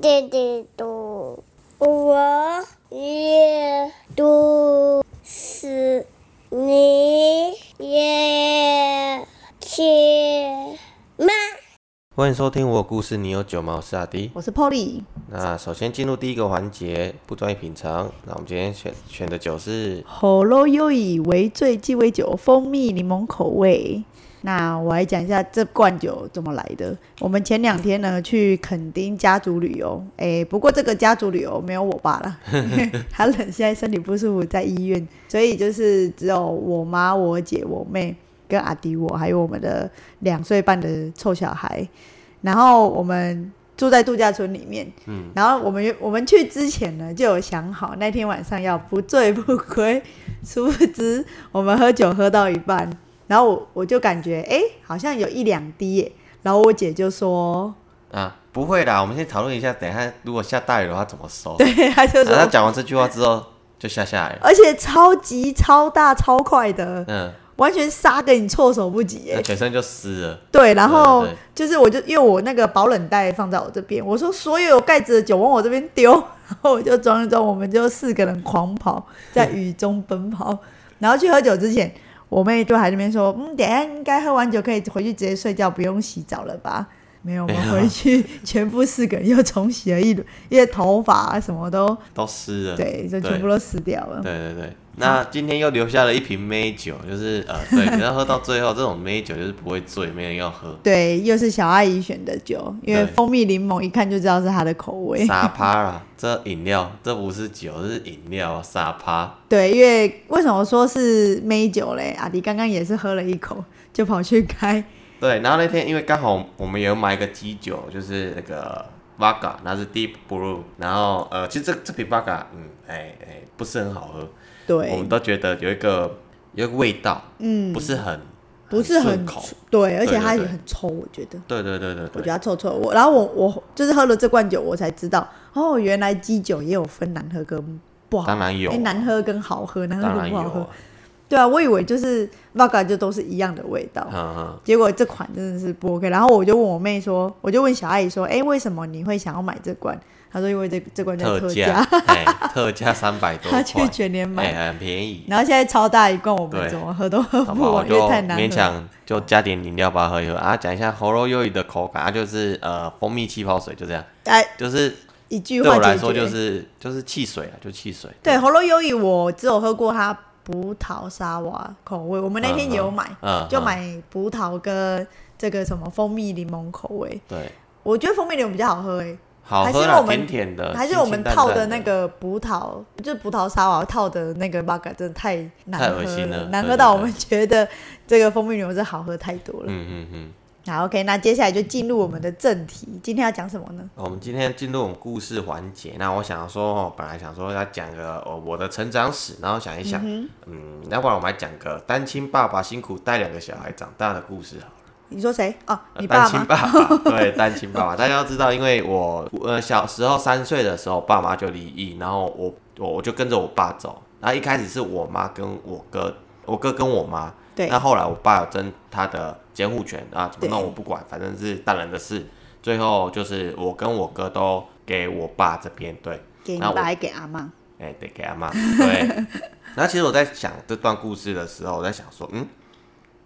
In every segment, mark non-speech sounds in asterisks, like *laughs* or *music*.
弟弟读，我也读诗，你也去吗？欢迎收听我的故事，你有酒吗？我是阿迪。我是 Polly，那首先进入第一个环节，不专业品尝。那我们今天选选的酒是，火罗优以为醉鸡尾酒，蜂蜜柠檬口味。那我来讲一下这罐酒怎么来的。我们前两天呢去垦丁家族旅游，诶，不过这个家族旅游没有我爸啦， *laughs* 他冷，现在身体不舒服，在医院，所以就是只有我妈、我姐、我妹跟阿迪我，还有我们的两岁半的臭小孩。然后我们住在度假村里面，嗯，然后我们原我们去之前呢，就有想好那天晚上要不醉不归，殊不知我们喝酒喝到一半，然后我我就感觉哎、诶好像有一两滴耶，然后我姐就说，啊，不会啦，我们先讨论一下，等一下如果下大雨的话怎么收。 *laughs* 对，她就然后他说，讲完这句话之后就下下来了，而且超级超大超快的， *laughs* 嗯，完全杀给你措手不及耶那，全身就湿了，对，然后对对就是我就因为我那个保冷袋放在我这边，我说所有有盖子的酒往我这边丢， *laughs* 然后我就装一装，我们就四个人狂跑，在雨中奔跑，然后去喝酒之前，我妹就还在那边说，嗯，等一下应该喝完酒可以回去直接睡觉，不用洗澡了吧？没有，我们回哎去 *laughs* 全部四个人又重洗了一轮，因为头发啊什么都都湿了。对，就对全部都湿掉了。对对对。那今天又留下了一瓶梅酒，就是呃，对， *laughs* 你要喝到最后，这种梅酒就是不会醉，没人要喝。对，又是小阿姨选的酒，因为对蜂蜜柠檬一看就知道是她的口味。傻趴啦，这饮料，这不是酒，这是饮料啊，傻趴。对，因为为什么说是美酒嘞？阿迪刚刚也是喝了一口，就跑去开。对，然后那天因为刚好我们有买一个基酒，就是那个 Vaga，那是 Deep Blue，然后呃，其实这这瓶 Vaga，嗯，哎哎，不是很好喝，我对们，都觉得有一个有一个味道，嗯，不是很不是顺很口，臭对，而且对它对也很臭，我觉得，对对对对我对觉得它臭臭的。我然后我我就是喝了这罐酒，我才知道哦，原来基酒也有分难喝跟不好，当然有啊哎，难喝跟好喝，难喝当跟然不有好喝啊。，对啊，我以为就是 vodka 就都是一样的味道。嗯嗯，结果这款真的是不 OK，然后我就问我妹说，我就问小阿姨说，哎、为什么你会想要买这罐？她说因为这这罐叫特特价价，，哎，特价三百 *laughs* 多她去块，全年买，哎，很便宜，然后现在超大一罐，我对们怎么喝都喝好不吧，我完，因就为太难勉喝。强就加点饮料吧，喝一喝啊。讲一下喉咙优怡的口感，它就是呃蜂蜜气泡水，就这样，哎，就是一句对话我解决。来说就是就是汽水啊，就汽水。对，喉咙优怡，我只有喝过它葡萄沙瓦口味，我们那天也有买，嗯，嗯就嗯买葡萄跟这个什么蜂蜜柠檬口味，对，我我觉得蜂蜜柠檬比较好喝诶、好还喝是啦我，们甜甜的，还是清我清们淡套呃淡的那个葡萄，就是葡萄沙瓦套的那个 v o d 真的太太难恶喝心了难对对喝到我对们觉得这个蜂蜜柠檬是好喝太多了。嗯嗯嗯。好，OK，那接下来就进入我们的正题，今天要讲什么呢？我们今天进入我们故事环节，那我想说，哦本来想说要讲个哦我的成长史，然后想一想，嗯要不然我们来讲个单亲爸爸辛苦带两个小孩长大的故事好了。你说谁？哦，你呃单爸亲吗？爸爸，对，单亲爸爸，大家要知道，因为我呃小时候三岁的时候，爸妈就离异，然后我我我就跟着我爸走，然后一开始是我妈跟我哥，我哥跟我妈，对那后来我爸有争他的监护权啊，怎么对弄我不管，反正是大人的事。最后就是我跟我哥都给我爸这边，对，给你那我爸，还给阿妈。哎、得给阿妈，对。那其实我在想这段故事的时候，我在想说，嗯，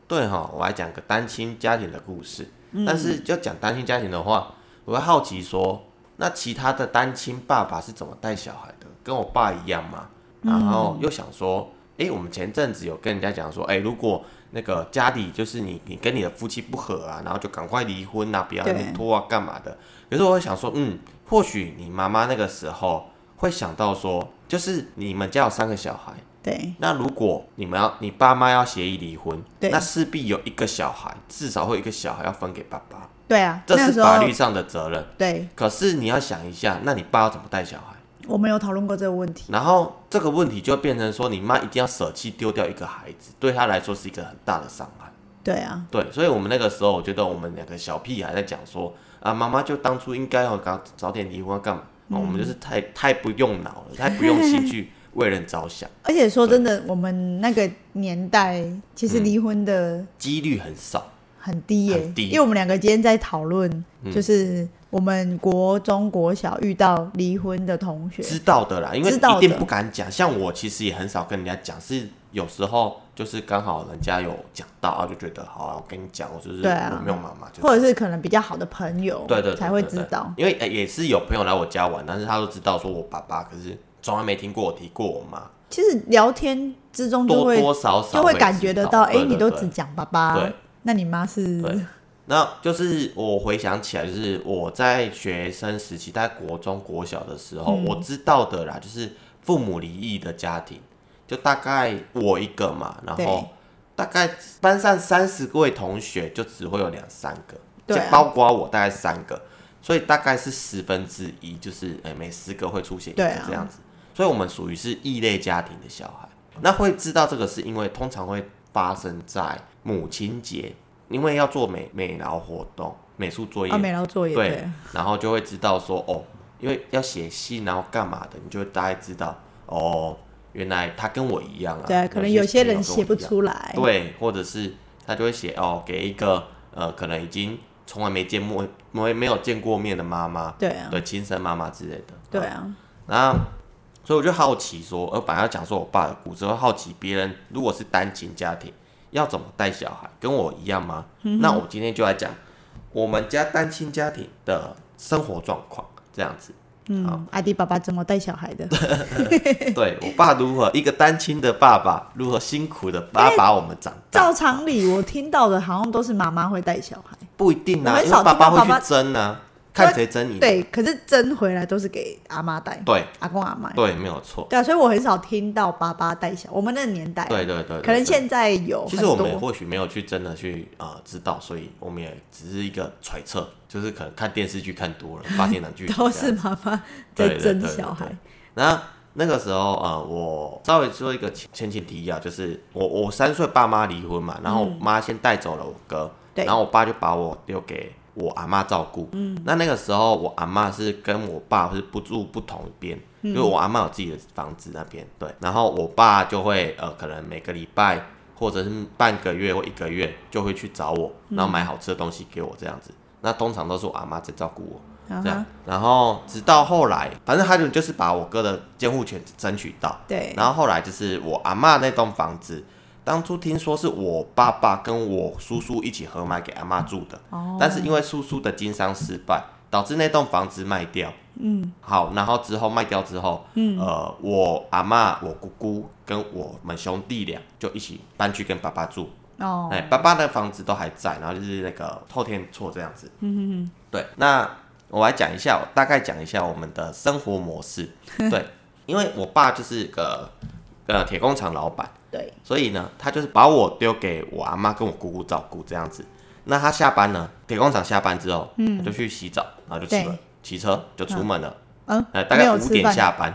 对哈，我来讲个单亲家庭的故事。但是要讲单亲家庭的话，我会好奇说，那其他的单亲爸爸是怎么带小孩的？跟我爸一样吗？然后又想说，诶，我们前阵子有跟人家讲说，诶，如果那个家里就是你你跟你的夫妻不和啊，然后就赶快离婚啊，不要那边对拖啊，干嘛的？可是我会想说，嗯，或许你妈妈那个时候会想到说，就是你们家有三个小孩，对那如果你们要你爸妈要协议离婚，对那势必有一个小孩，至少会有一个小孩要分给爸爸，对啊，这那是时候法律上的责任。对，可是你要想一下，那你爸要怎么带小孩？我们有讨论过这个问题。然后这个问题就变成说，你妈一定要舍弃丢掉一个孩子，对她来说是一个很大的伤害。对啊，对，所以我们那个时候，我觉得我们两个小屁孩在讲说，啊，妈妈就当初应该要搞早点离婚要干嘛、哦我们就是太嗯太不用脑了，太不用心去为人着想，而且说真的，我们那个年代其实离婚的几率很少。很低耶、嗯很低嗯因为我们两个今天在讨论，就是我们国中、国小遇到离婚的同学，知道的啦，因为知道的一定不敢讲。像我其实也很少跟人家讲，是有时候就是刚好人家有讲到，啊，就觉得好、啊，我跟你讲，我就是对啊我没有妈妈，就是或者是可能比较好的朋友，对对对才会对知对道。因为呃也是有朋友来我家玩，但是他都知道说我爸爸，可是从来没听过我提过我妈，其实聊天之中就多会多少少就会感觉得到，哎，哎、对你都对只讲爸爸对，那你妈是对那就是我回想起来，就是我在学生时期，在国中、国小的时嗯候，我知道的啦，就是父母离异的家庭，就大概我一个嘛，然对后大概班上三十位同学，就只会有两三个，对啊就包括我大概三个，所以大概是十分之一，就是诶、每十个会出现一对个啊这样子，所以我们属于是异类家庭的小孩。那会知道这个是因为通常会发生在母亲节，因为要做美美劳活动、美术作业，啊，没劳作业，对，然后就会知道说哦，因为要写信，然后干嘛的，你就会大概知道哦，原来他跟我一样啊。对，可能有些朋人友跟我写不一样出来，对，或者是他就会写哦，给一个呃，可能已经从来没见过、没没有见过面的妈妈，对啊，对，亲生妈妈之类的。对啊，然后，所以我就好奇说，呃，本来要讲说我爸的故事，我好奇别人如果是单亲家庭要怎么带小孩，跟我一样吗？嗯那我今天就来讲我们家单亲家庭的生活状况，这样子。嗯，阿迪爸爸怎么带小孩的？对我爸如何一个单亲的爸爸，如何辛苦的把把我们长大照，常理，我听到的好像都是妈妈会带小孩，不一定我啊，很因少为爸听到爸会爸爸去争啊，看谁争赢。对，可是争回来都是给阿妈带，对阿公阿妈，对，没有错。对啊，所以我很少听到爸爸带小，我们那个年代，啊对对对对可能对现在有很多，其实我们或许没有去真的去呃知道，所以我们也只是一个揣测，就是可能看电视剧看多了，八点档剧 *laughs* 情都这是样妈妈对在对对争对小孩对，那那个时候呃，我稍微做一个前前情提要，就是我我三岁爸妈离婚嘛，然后我妈先带走了我哥，对然后我爸就把我留给我阿妈照顾。嗯，那那个时候我阿妈是跟我爸是不住不同边，嗯因为我阿妈有自己的房子那边，对，然后我爸就会呃，可能每个礼拜或者是半个月或一个月就会去找我，然嗯后买好吃的东西给我这样子。那通常都是我阿妈在照顾我。啊这哈样，然后直到后来，反正他就就是把我哥的监护权争取到，对然后后来就是我阿嬷那栋房子，当初听说是我爸爸跟我叔叔一起合买给阿嬷住的，哦但是因为叔叔的经商失败，导致那栋房子卖掉。嗯，好，然后之后卖掉之后，嗯，呃，我阿嬷、我姑姑跟我们兄弟俩就一起搬去跟爸爸住。哦，哎，爸爸的房子都还在，然后就是那个后天厝这样子。嗯嗯嗯，对。那我来讲一下，我大概讲一下我们的生活模式。对，因为我爸就是个呃铁工厂老板，对，所以呢，他就是把我丢给我阿妈跟我姑姑照顾这样子。那他下班呢，铁工厂下班之后，嗯，他就去洗澡，然后就骑对了骑车就出门了。嗯，呃，大没概有五吃点饭下班，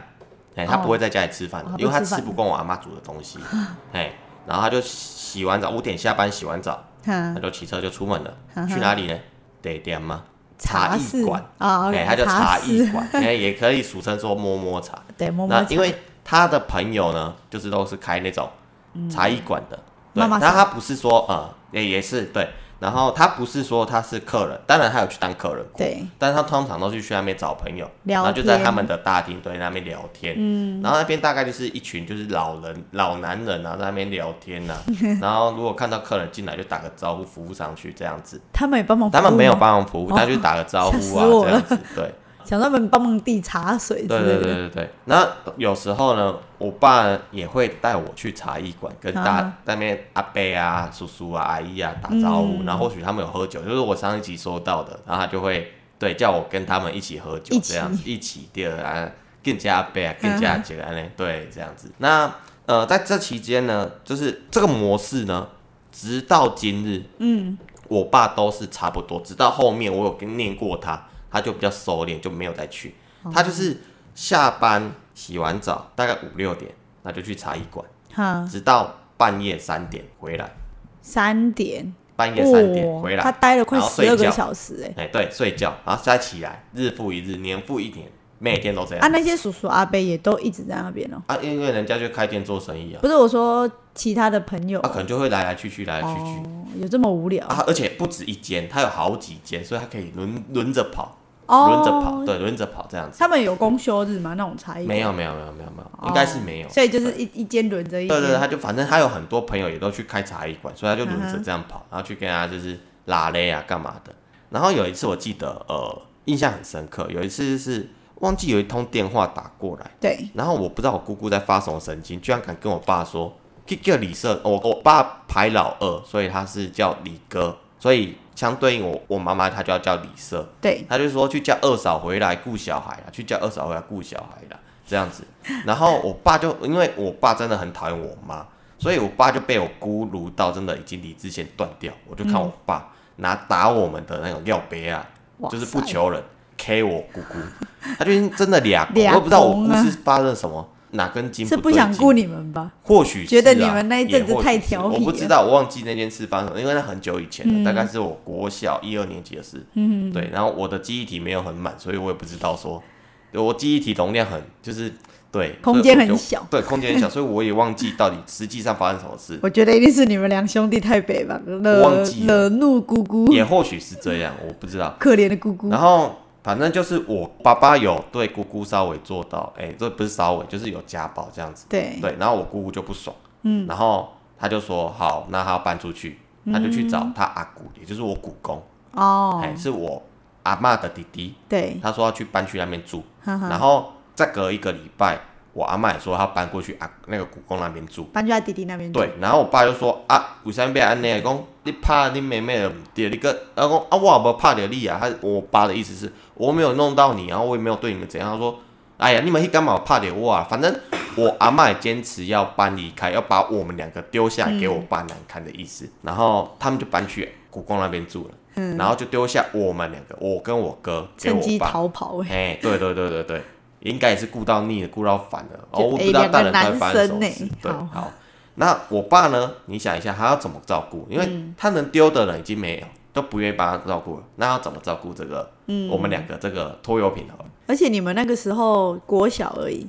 哎、他哦不会在家里吃饭的，哦因为不他吃吃饭不惯我阿妈煮的东 *laughs* 西，哎，然后他就洗洗完澡，五点下班洗完澡，哈他就骑车就出门了，哈哈去哪里呢？得点吗？嗯茶艺室馆，啊哎， ，OK，他就茶艺室馆，哎，也可以俗称说摸摸 *laughs* 茶。对，摸摸那茶因为他的朋友呢，就是都是开那种茶艺馆的，对，嗯妈妈那他不是说呃，也也是对，然后他不是说他是客人，当然他有去当客人过，对，但是他通常都是去那边找朋友，聊然后就在天他们的大厅对那边聊天，嗯，然后那边大概就是一群就是老人老男人啊在那边聊天 *laughs* 呐、然后如果看到客人进来就打个招呼，服务上去这样子，他们也帮忙服务他吗，们没有帮忙服务，哦他就打个招 *laughs* 吓呼死啊我这了样子， *laughs* 对。想他们帮忙递茶水之对类对的，对对对。那有时候呢，我爸也会带我去茶艺馆，跟大、啊那边阿伯啊、叔叔啊、阿姨啊打招呼，嗯然后或许他们有喝酒，就是我上一集说到的，然后他就会对叫我跟他们一起喝酒一，起嗯这样子一起第二啊，更加阿伯啊，更加姐安呢，对，这样子。那呃，在这期间呢，就是这个模式呢，直到今日，嗯我爸都是差不多，直到后面我有跟念过他，他就比较收敛，就没有再去。哦他就是下班洗完澡，大概五六点，那就去茶艺馆，哈，直到半夜三点回来，三点，半夜三点哇回来，哦他待了快然后十二睡个觉，小时哎。哎、对，睡觉，然后再起来，日复一日，年复一年，每天都这样啊，。那些叔叔阿伯也都一直在那边哦。啊，因为人家就开店做生意啊，不是我说其他的朋友他、啊可能就会来来去去，来来去哦啊去。哦，有这么无聊？啊，而且不止一间，它有好几间，所以它可以轮轮着跑。哦，轮着跑，对，轮着跑这样子。他们有公休日吗？那种差异没有，没有没有没有没有，应该是没有。哦所以就是一一间轮着一对间。对，对他就反正他有很多朋友也都去开茶艺馆，所以他就嗯轮着这样跑，然后去跟他就是拉勒啊干嘛的。然后有一次我记得呃印象很深刻，有一次是忘记有一通电话打过来，对然后我不知道我姑姑在发什么神经，居然敢跟我爸说去叫李社，我我爸排老二，所以他是叫李哥，所以相对应我我妈妈她就要叫李社，对他就说去叫二嫂回来顾小孩啦，去叫二嫂回来顾小孩啦，这样子。然后我爸就因为我爸真的很讨厌我妈，所以我爸就被我姑撸到真的已经理智线断掉。我就看我爸拿打我们的那种料杯啊，哇就是塞不求人 K 我姑 *laughs* 姑，他就已经真的俩公，俩我也不知道我公姑啊是发生了什么。哪根筋是不不想顾你，你们吧？或许是啊觉得你们那一阵子也或许太是调皮我不了知道，我忘记那件事发生什么，因为那很久以前了，大概是我国小一二年级的事。嗯，对，然后我的记忆体没有很满，所以我也不知道说，我记忆体容量很就是对，空所以间我很就小对，空间很小，所以我也忘记到底实际上发生什么 *laughs* 事，我觉得一定是你们两兄弟太北吧，惹忘记了惹怒姑姑，也或许是这样，我不知道。可怜的姑姑然。后反正就是我爸爸有对姑姑稍微做到，哎、这不是稍微，就是有家暴这样子。对对，然后我姑姑就不爽，嗯，然后他就说好，那他要搬出去，他就去找他阿姑，也就是我姑公，嗯哦嗯哎、，是我阿嬷的弟弟，对，他说要去搬去那边住，哈哈然后再隔一个礼拜，我阿妈也说她搬过去阿那个故宫那边住。搬去他弟弟那边住。对，然后我爸就说啊，为啥要安尼？讲你怕你妹妹唔对，你个，然后讲啊，我也无怕着你啊。他我爸的意思是我没有弄到你，然后我也没有对你们怎样。他说，哎呀，你们去干嘛怕着我啊？反正我阿妈也坚持要搬离开，要把我们两个丢下来给我爸难堪的意思。然后他们就搬去故宫那边住了，然后就丢下我们两个，我跟我哥给嗯趁我机爸。逃跑哎、哎，对对对对对，应该也是顾到腻了，顾到烦了。哦，就我不哎知道两大个人到底男发生什生么呢事。对，好好。那我爸呢？你想一下，他要怎么照顾？因为嗯他能丢的人已经没有，都不愿意帮他照顾了。那要怎么照顾这个？嗯，我们两个这个拖油瓶好了。而且你们那个时候国小而已，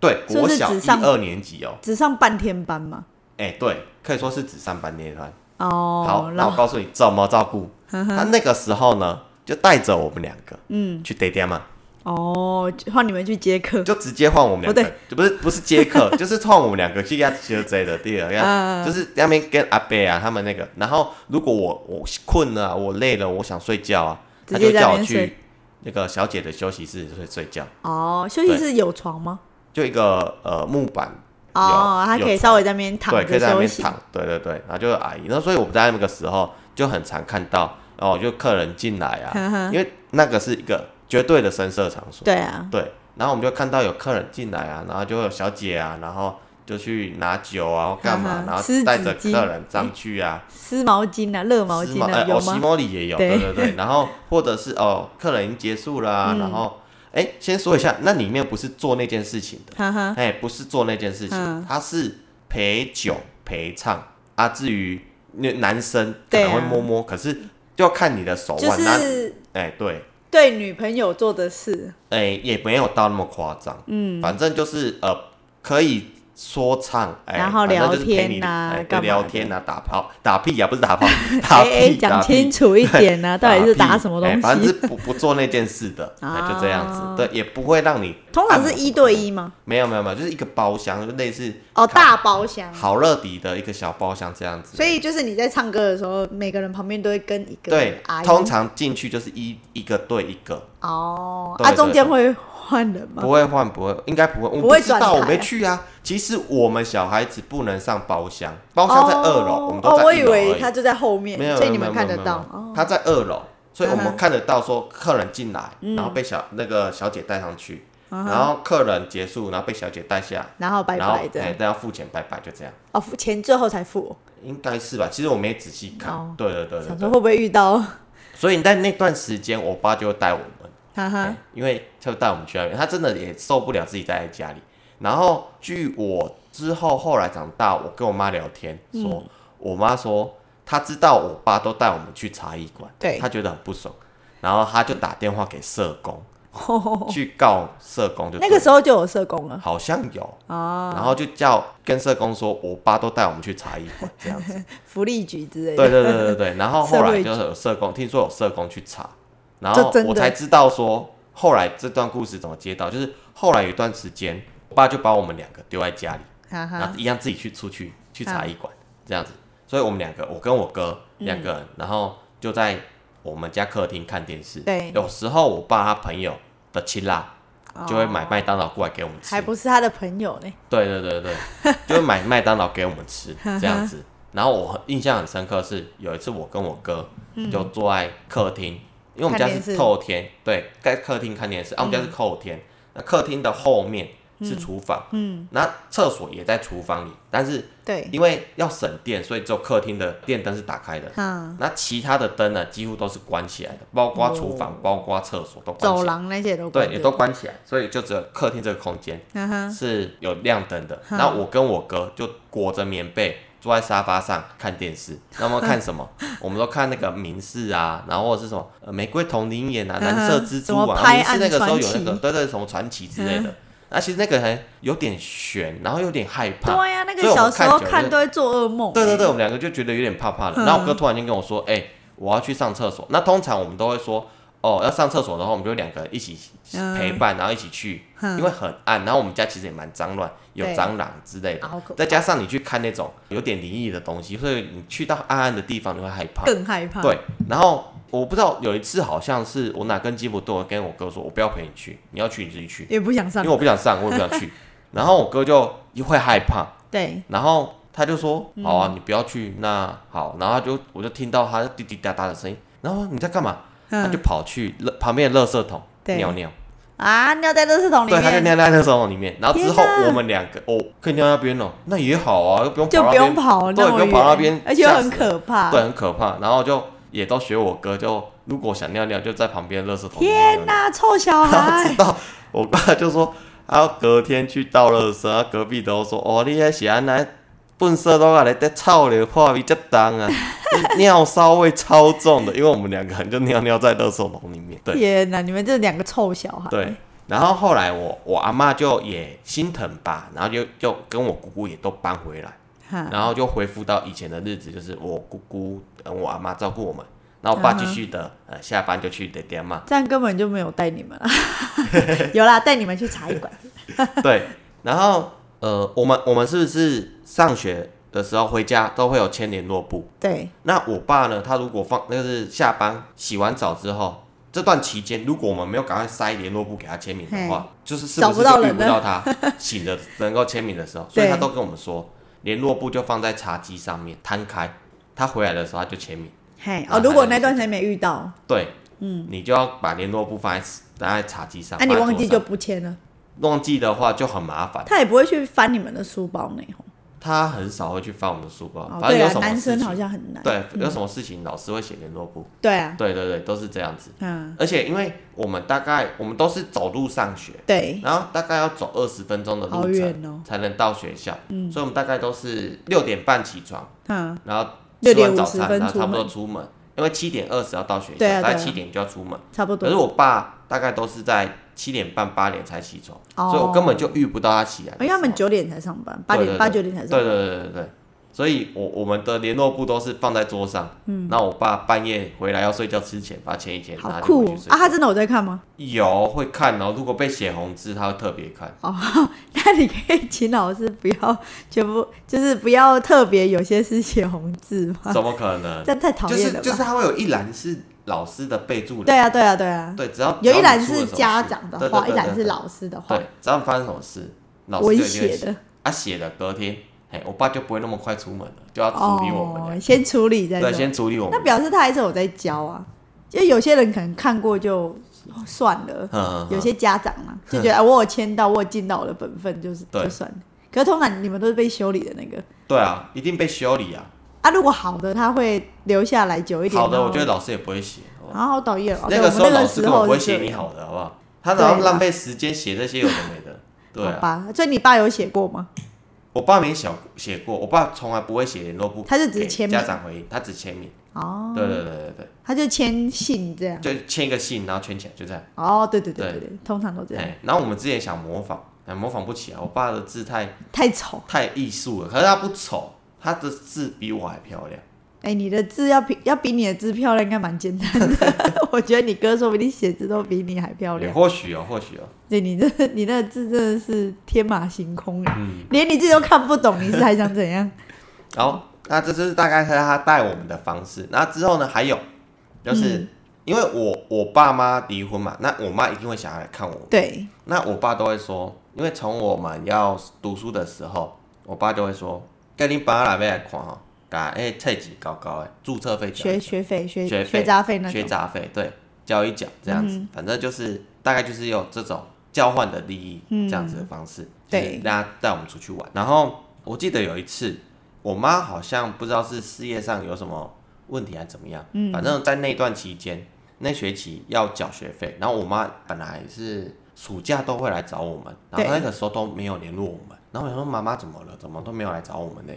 对，所以国是小只一上二年级哦。只上半天班嘛。哎，对，可以说是只上半年段。好哦，，那然我后告诉你怎么照顾。他那个时候呢，就带着我们两个，嗯，去爹爹嘛。哦，就换你们去接客，就直接换我们两不个哦对，就不是不是接客， *laughs* 就是换我们两个去压车贼的第二嗯个，就是那边跟阿贝啊他们那个，然后如果我我困了啊、我累了，我想睡觉啊，直他接就在那叫我边睡去那个小姐的休息室睡睡觉，哦，休息室有床吗？就一个呃木板，哦，有他可以有稍微在那边躺对，可以着在那休边息。躺，对对对，然后就是阿姨，那所以我们在那个时候就很常看到，然后就客人进来呵呵啊，因为那个是一个绝对的深色场所。对啊，对，然后我们就看到有客人进来啊，然后就会有小姐啊，然后就去拿酒啊，或干嘛哈，哈然后湿带纸着巾客人上去啊，湿毛巾啊，热毛湿巾毛啊，哎，有哦，西吗？莫里也有，对嗯对对对，然后或者是哦，客人已经结束了啊、然后哎，先说一下，那里面不是做那件事情的，哈哈，哎，不是做那件事啊嗯情，他是陪酒陪唱啊，至于那男生可对能会啊摸摸，可是就要看你的手就腕，那是哎，对，对女朋友做的事。哎、也没有到那么夸张，嗯，反正就是呃，可以说唱，哎、然后反正就是聊天陪你呐哎干嘛聊天呐、打炮，打屁啊呀、不是打 *laughs* 炮，打哎屁，哎，讲打屁清楚一点啊，到底 *laughs* 是打打屁什么哎东反正是西？不不做那件事 *laughs* 的，哎、就这样子啊，对，也不会让你通常是一对一吗？没有没有没有，就是一个包厢，就类似哦，大包厢。好乐迪的一个小包厢这样子，所以就是你在唱歌的时候，每个人旁边都会跟一个对阿，姨。通常进去就是一一个对一个，哦，对啊，对中间对会换人吗？不会换，不会，应该不会。我不会知道，转台我没啊去啊。其实我们小孩子不能上包厢，包厢在二楼，哦我们都哦在，我一以楼为而已他就在后面没，有，所以没有你们没有看没得有到。没有哦他在二楼，所以我嗯哼嗯们看得到说客人进来，然后被小那个小姐带上去，然后客人结束，然后被小姐带下，然后拜然后拜这哎，样，都要付钱，拜拜，就这样，哦，付钱最后才付，应该是吧？其实我没仔细哦看，对对对对想说对。哎会不会遇到？所以你在那段时间，我爸就会带我们。哈哈哎，因为就带我们去那边，他真的也受不了自己待在家里。然后据我之后后来长大，我跟我妈聊天说，嗯我妈说她知道我爸都带我们去茶艺馆，对她觉得很不爽，然后她就打电话给社 *laughs* 工、去告社工就，那个时候候就有社工了好像有，哦，然后就叫跟社工说，我爸都带我们去茶艺馆这样子。福利局之类对的。对对对对，然后后 *laughs* 社来会就是有社工，听说有社工去查，然后这真的我才知道说，后来这段故事怎么接到，就是后来有一段时间，我爸就把我们两个丢在家里，哈然后哈，一样自己去出去去啊嗯茶艺馆这样子，所以我们两个，我跟我哥两个人，然后就在我们家客厅看电视。对哦有时候我爸他朋友的亲啦，就会买麦当劳过来给我们吃还，不是他的朋友呢。对对对 *laughs* 对，就会买麦当劳给我们吃这样子。然后我很印象很深刻是有一次我跟我哥就坐在客厅，因为我们家嗯看电视嗯是透天，对，在客厅看电视啊，我们家是透天，那客厅的后面是厨房，嗯，那厕所也在厨房里，但是对，因为要省电，所以只有客厅的电灯是打开的。嗯，那其他的灯呢，几乎都是关起来的，包括厨房、包括厕所都关哦走起来，廊那些都对，关也着都，关起来，所以就只有客厅这个空间哈哈，是有亮灯的。嗯然后我跟我哥就裹着棉被坐在沙发上看电视。那么看什 *laughs* 么？我们都看那个民视啊，然后或者是什么、呃、玫瑰同林眼啊、嗯蓝色蜘什蛛么网啊，拍民视案那个时候有传那个奇嗯对对什么传奇之类的。那其实那个还有点悬，然后有点害怕。对呀，啊那个所以我小们时候久了看就都会做噩梦。对对对，我，们两个就觉得有点怕怕的。嗯然后我哥突然间跟我说：“哎、我要去上厕所。”那通常我们都会说：“哦，要上厕所的话，我们就两个人一起嗯陪伴，然后一起去，嗯因为很暗。然后我们家其实也蛮脏乱，有对蟑螂之类的好可怕。再加上你去看那种有点灵异的东西，所以你去到暗暗的地方你会害怕。更害怕。对，然后我不知道有一次好像是我哪根筋不对，我跟我哥说：“我不要陪你去，你要去你自己去，也不想因上为。我不想上，我也不想去。”然后我哥就会害怕，对，然后他就说：“嗯好啊，你不要去，那好。”然后他就我就听到他滴滴答答的声音，然后你在干嘛？他就嗯跑去垃旁边的垃圾桶对尿尿，啊，尿在垃圾桶里对，他就尿面，在垃圾桶里面。然后之后天哪我们两个哦，可以尿那边哦，那也好啊，又不用就跑不用那边，跑对那么不用跑那远边，而且又很吓死可怕。对，很可怕。然后就也都学我哥，就如果想尿尿就在旁边的垃圾桶里面尿尿。天哪，臭小然 *laughs* 后直孩！到我爸就说，他要隔天去倒垃圾，啊，隔壁都说，哦，你那是安那粪色都啊来在臭的化味这重啊， *laughs* 尿骚味超重的，因为我们两个人就尿尿在垃圾桶里面，对天啊哪，你们这两个臭小孩。对。然后后来我我阿妈就也心疼吧，然后就就跟我姑姑也都搬回来，哈，然后就恢复到以前的日子，就是我姑姑跟我阿妈照顾我们，然后我爸继续的、呃下班就去爹爹嘛，这样根本就没有带你们 *laughs* 了。有啦，带你们去茶艺馆。对，然后呃，我们我们是不是上学的时候回家都会有签联络簿？对，那我爸呢，他如果放那个是下班洗完澡之后，这段期间如果我们没有赶快塞联络簿给他签名的话，就是是找不不是到就遇人不了到他 *laughs* 醒着能够签名的时候？所以对他都跟我们说，联络簿就放在茶几上面摊开，他回来的时候他就签名。嘿，啊哦，如果还有那段时间没遇到，对，嗯，你就要把联络簿放在放在茶几上。啊那你放在忘记桌就上不签了，忘记的话就很麻烦。他也不会去翻你们的书包呢。吼他很少会去翻我们的书包，哦，反正对有啊什，么男事情，生好像嗯很难。对有什么事情老师会写联络簿，对啊，对对对，都是这样子。嗯，而且因为我们大概我们都是走路上学，对，然后大概要走二十分钟的好路远哦程才能到学校，所以我们大概都是六点半起床，嗯，然后6吃点完早50分餐，然后差不多出出门，因为七点二十要到学校，对啊大概对啊七点就要出门。差不可是多。我爸大概都是在七点半八点才起床，哦所以我根本就遇不到他起来的时候。因为他们九点才上班，八对点对八对九点才上对班。对对对对，所以我我们的联络簿都是放在桌上，嗯，然后我爸半夜回来要睡觉之前把它签一签，好然后酷就回哦去睡啊！他真的有在看吗？ *laughs* 有会看哦，如果被写红字，他会特别 *laughs* 看。哦，那你可以请老师不要全部，就是不要特别有些是写红字吗？怎么可能这？样太讨就厌是了就是吧？他会有一栏是老师的备注栏，对啊，对啊，对啊。对，只要有一栏只要你出了什是么事家长的对话，对对一对栏是老师的话对，，只要你发生什么事，老师文就一定会写的啊写的隔天，哎，我爸就不会那么快出门了，就要处理我们哦了，，先处理再对，说。先处理我那们，表示他还是有在教啊，就有些人可能看过就哦算了，嗯，嗯有些家长嘛就觉得、啊、我有签到，我有尽到我的本分，就是对就算了。可是通常你们都是被修理的那个嗯对啊，一定被修理啊，啊，如果好的他会留下来久一点。好的，然后我觉得老师也不会写。好吧然后好讨厌哦。那对我个们时候那老个师时根本候不会是写这你样，好的，好不好？他然后对啊浪费时间写这些有的没的。对好啊，吧？所以你爸有写过吗？我爸没写写过，我爸从来不会写联络簿给，他就只签名家长回应，他只签名。哦，对对对对他就签信这样。对，就签一个信，然后圈起来，就这样。哦，对对对对对对，通常都这样，哎，然后我们之前想模仿，哎，模仿不起来，我爸的字太太丑。太艺术了，可是他不丑，他的字比我还漂亮。哎、你的字要比要比你的字漂亮，应该蛮简单 *laughs* 的。我觉得你哥说不定写字都比你还漂也亮。或许哦，或许哦，对，你这你那个字真的是天马行空哎，嗯连你自己都看不懂，你是还想怎 *laughs* 样？好，那这就是大概是他带我们的方式。那之后呢，还有就是、因为我我爸妈离婚嘛，那我妈一定会想要来看我。对，那我爸都会说，因为从我们要读书的时候，我爸就会说，叫你爸来要来看哦，把哎册子搞搞的，注册费缴一学缴学费、学学学杂费那学种。嗯杂费对，交一缴这样子，反正就是大概就是有这种交换的利益、这样子的方式，就是嗯对大家带我们出去玩。然后我记得有一次，我妈好像不知道是事业上有什么问题还是怎么样，反正在那段期间，那学期要缴学费，然后我妈本来是暑假都会来找我们，然后对那个时候都没有联络我们，然后我想说妈妈怎么了，怎么都没有来找我们呢？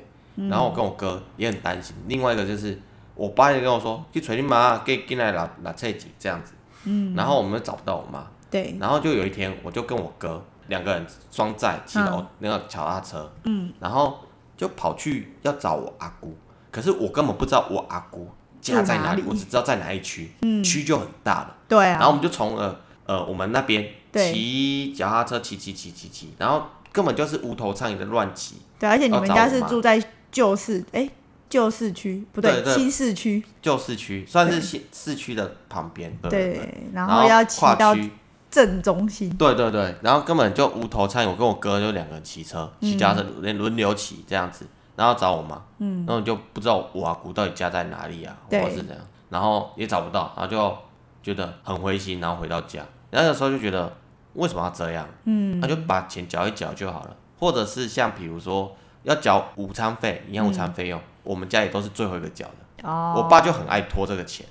然后我跟我哥也很担心。另外一个就是我爸也跟我说，去找你妈，给进来拿拿册子这样子。嗯，然后我们就找不到我妈，对，然后就有一天我就跟我哥两个人双载骑嗯楼、那个脚踏车，嗯，然后就跑去要找我阿姑，可是我根本不知道我阿姑家在哪里，住哪里嗯我只知道在哪一区，区就很大了。对然后我啊，们就从呃呃我们那边对骑脚踏车骑骑骑骑骑，然后根本就是无头苍蝇的乱骑，对，而且你要们找家我是妈住在旧市，哎、旧市区不对，对对新市区。旧市区算是市市区的旁边，对对对，对，然后要骑跨到区，正中心。对对对，然后根本就无头苍蝇，我跟我哥就两个人骑车，骑家车轮轮流骑这样子，然后找我妈，嗯，然后就不知道我阿姑到底家在哪里啊，或对者是怎样，然后也找不到，然后就觉得很灰心，然后回到家，然后那时候就觉得为什么要这样，嗯，那就把钱缴一缴就好了，或者是像比如说要缴午餐费，营养午餐费用，我们家也都是最后一个缴的。哦，我爸就很爱拖这个钱，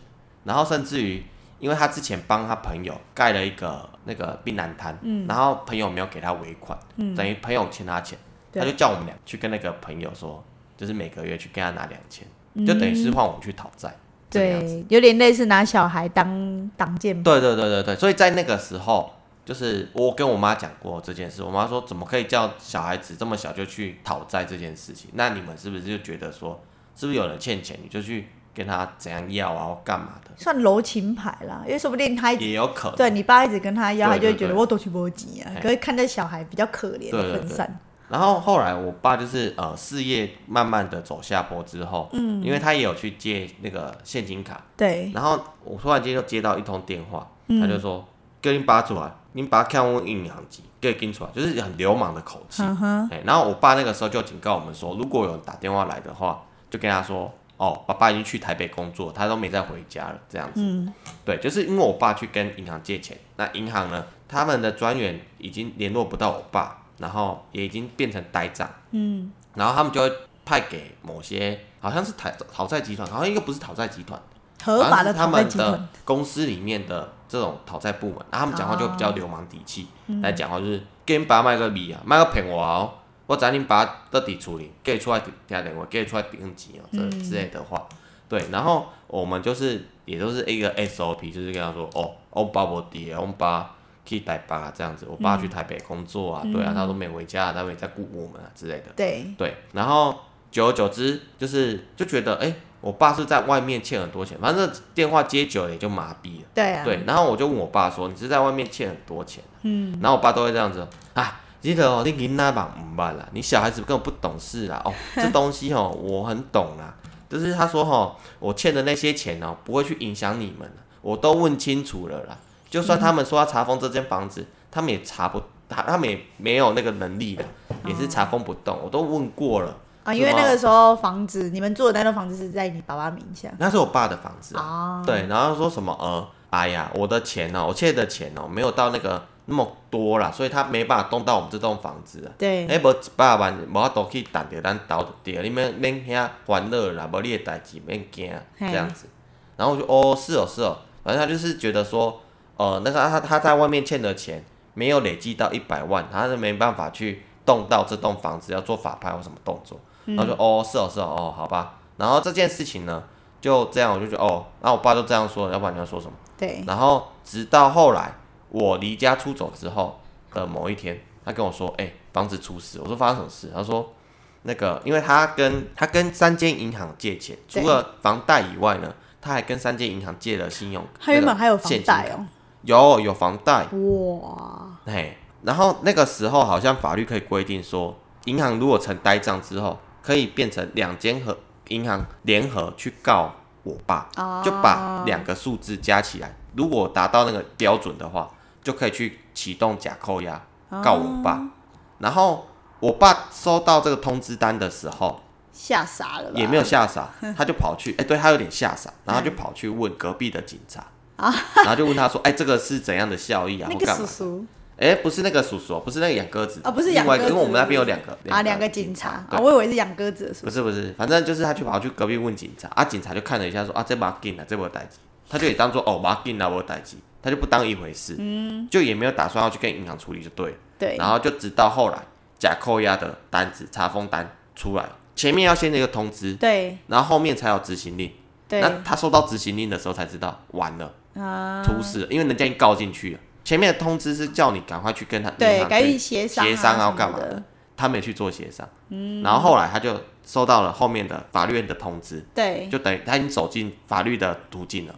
然后甚至于，因为他之前帮他朋友盖了一个那个避难摊，嗯然后朋友没有给他尾款，等于朋友欠他钱，对他就叫我们俩去跟那个朋友说，就是每个月去跟他拿两千，就等于是换我们去讨债，这个样子。嗯对，有点类似拿小孩当挡箭牌。对对对对对，所以在那个时候，就是我跟我妈讲过这件事，我妈说怎么可以叫小孩子这么小就去讨债这件事情？那你们是不是就觉得说，是不是有人欠钱你就去跟他怎样要啊，或干嘛的？算柔情牌啦，因为说不定他一直也有可能。对你爸一直跟他要，他对就会对觉得对我都去波及啊。哎可是看这小孩比较可怜，对对对分散，然后后来我爸就是呃事业慢慢的走下坡之后，嗯，因为他也有去借那个现金卡，对然后我突然间就接到一通电话，他就说：“给你拔出来，你把它看我银行机，给跟出来。”就是很流氓的口气。嗯哼哎，然后我爸那个时候就警告我们说，如果有人打电话来的话，就跟他说：“哦，爸爸已经去台北工作，他都没再回家了。”这样子。对，就是因为我爸去跟银行借钱，那银行呢，他们的专员已经联络不到我爸，然后也已经变成呆账。嗯。然后他们就会派给某些好像是讨讨债集团，好像应该不是讨债集团。合法好像是的他逃犯们集团的，公司里面的这种讨债部门，然后他们讲话就比较流氓底气，哦嗯来讲话就是给你爸卖个米啊，卖个骗我哦，我知道你爸到底处理，给你出来听电话，给你出来顶钱哦，这嗯之类的话，对，然后我们就是也都是一个 SOP，就是跟他说哦，我爸无跌，我爸去台北啊这样子，我爸去嗯台北工作啊，对啊，他都没回家，他没在顾我们啊之类的，对对，然后久而久之，就是就觉得，哎、我爸是在外面欠很多钱，反正电话接久了也就麻痹了。对啊，对，然后我就问我爸说：“你是在外面欠很多钱、嗯，然后我爸都会这样子啊，记得哦，你囡仔吧唔捌啦，你小孩子根本不懂事啦。 *laughs* 哦，这东西哦，我很懂啦。就是他说哦，我欠的那些钱哦，不会去影响你们啦，我都问清楚了啦。就算他们说要查封这间房子，他们也查不，他他们也没有那个能力的，也嗯是查封不动。我都问过了，啊，因为是吗那个时候房子，你们住的那栋房子是在你爸爸名下那是我爸的房子啊。啊，对，然后说什么呃，哎呀，我的钱哦，我欠的钱哦，没有到那个那么多啦，所以他没办法动到我们这栋房子啊。对哎，无一百万，无法度去赚着咱兜就对了，你免免遐烦恼啦，无你的代志免惊嘿这样子。然后我就哦，是哦是哦，反正他就是觉得说，呃，那个他他在外面欠的钱没有累积到一百万，他是没办法去动到这栋房子要做法拍或什么动作。嗯然后就哦，是哦是哦哦，好吧。然后这件事情呢，就这样，我就觉得哦，那我爸都这样说了，要不然你要说什么？对，然后直到后来我离家出走之后的某一天，他跟我说：“哎、房子出事。”我说：“发生什么事？”他说：“那个，因为他跟他跟三间银行借钱，对除了房贷以外呢，他还跟三间银行借了信用，他原那本个啊还有现房金贷卡，哦、有有房贷，哇，嘿，然后那个时候好像法律可以规定说，银行如果成呆账之后，可以变成两间合银行联合去告我爸，啊就把两个数字加起来，如果达到那个标准的话，就可以去启动假扣押告我爸。哦然后我爸收到这个通知单的时候，吓傻了吧？也没有吓 *laughs* 傻，他就跑去，哎、对他有点吓嗯傻，然后就跑去问隔壁的警察。然后就问他说：“哎、这个是怎样的效益啊？哦那或个干嘛叔的叔哎、不是那个叔叔哦，不是那个养鸽子啊不是另外一养个，鸽子因为我们那边有两个啊，两个警察啊，对我以为是养鸽子的叔不叔。是不是，反正就是他去跑去隔壁问警察啊，警察就看了一下说啊，这把进了，这我逮鸡，他就也当做哦，把进了我逮鸡，他就不当一回事，嗯，就也没有打算要去跟银行处理就对了，对，然后就直到后来假扣押的单子查封单出来，前面要先一个通知，对然后后面才有执行令，对那他收到执行令的时候才知道完了。啊，出事了，因为人家已经告进去了。前面的通知是叫你赶快去跟他对银行赶紧去协商啊商协什要么干嘛的的，他没去做协商。嗯，然后后来他就收到了后面的法律院的通知，对，就等于他已经走进法律的途径了，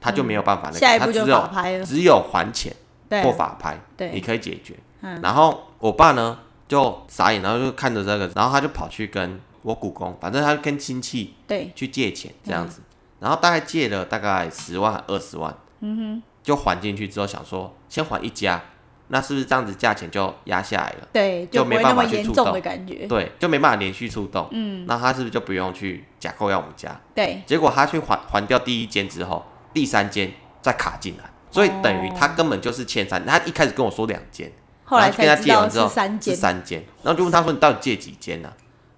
他就没有办法那个，嗯下一步就法他拍只有了。只有还钱或对法拍，对嗯你可以解决。然后我爸呢就傻眼，然后就看着这个，然后他就跑去跟我姑公，反正他就跟亲戚对，去借钱这样子，嗯然后大概借了大概十万二十万，嗯哼，就还进去之后想说先还一家，那是不是这样子价钱就压下来了？对，就不没会那办法么去严触重动的感觉。对，就没办法连续触动，嗯，那他是不是就不用去假扣押我们家？对，结果他去还还掉第一间之后，第三间再卡进来，所以等于他根本就是欠三，他一开始跟我说两间，哦后来然跟才他知借道完之是后三间是。三间，然后就问他说你到底借几间呢、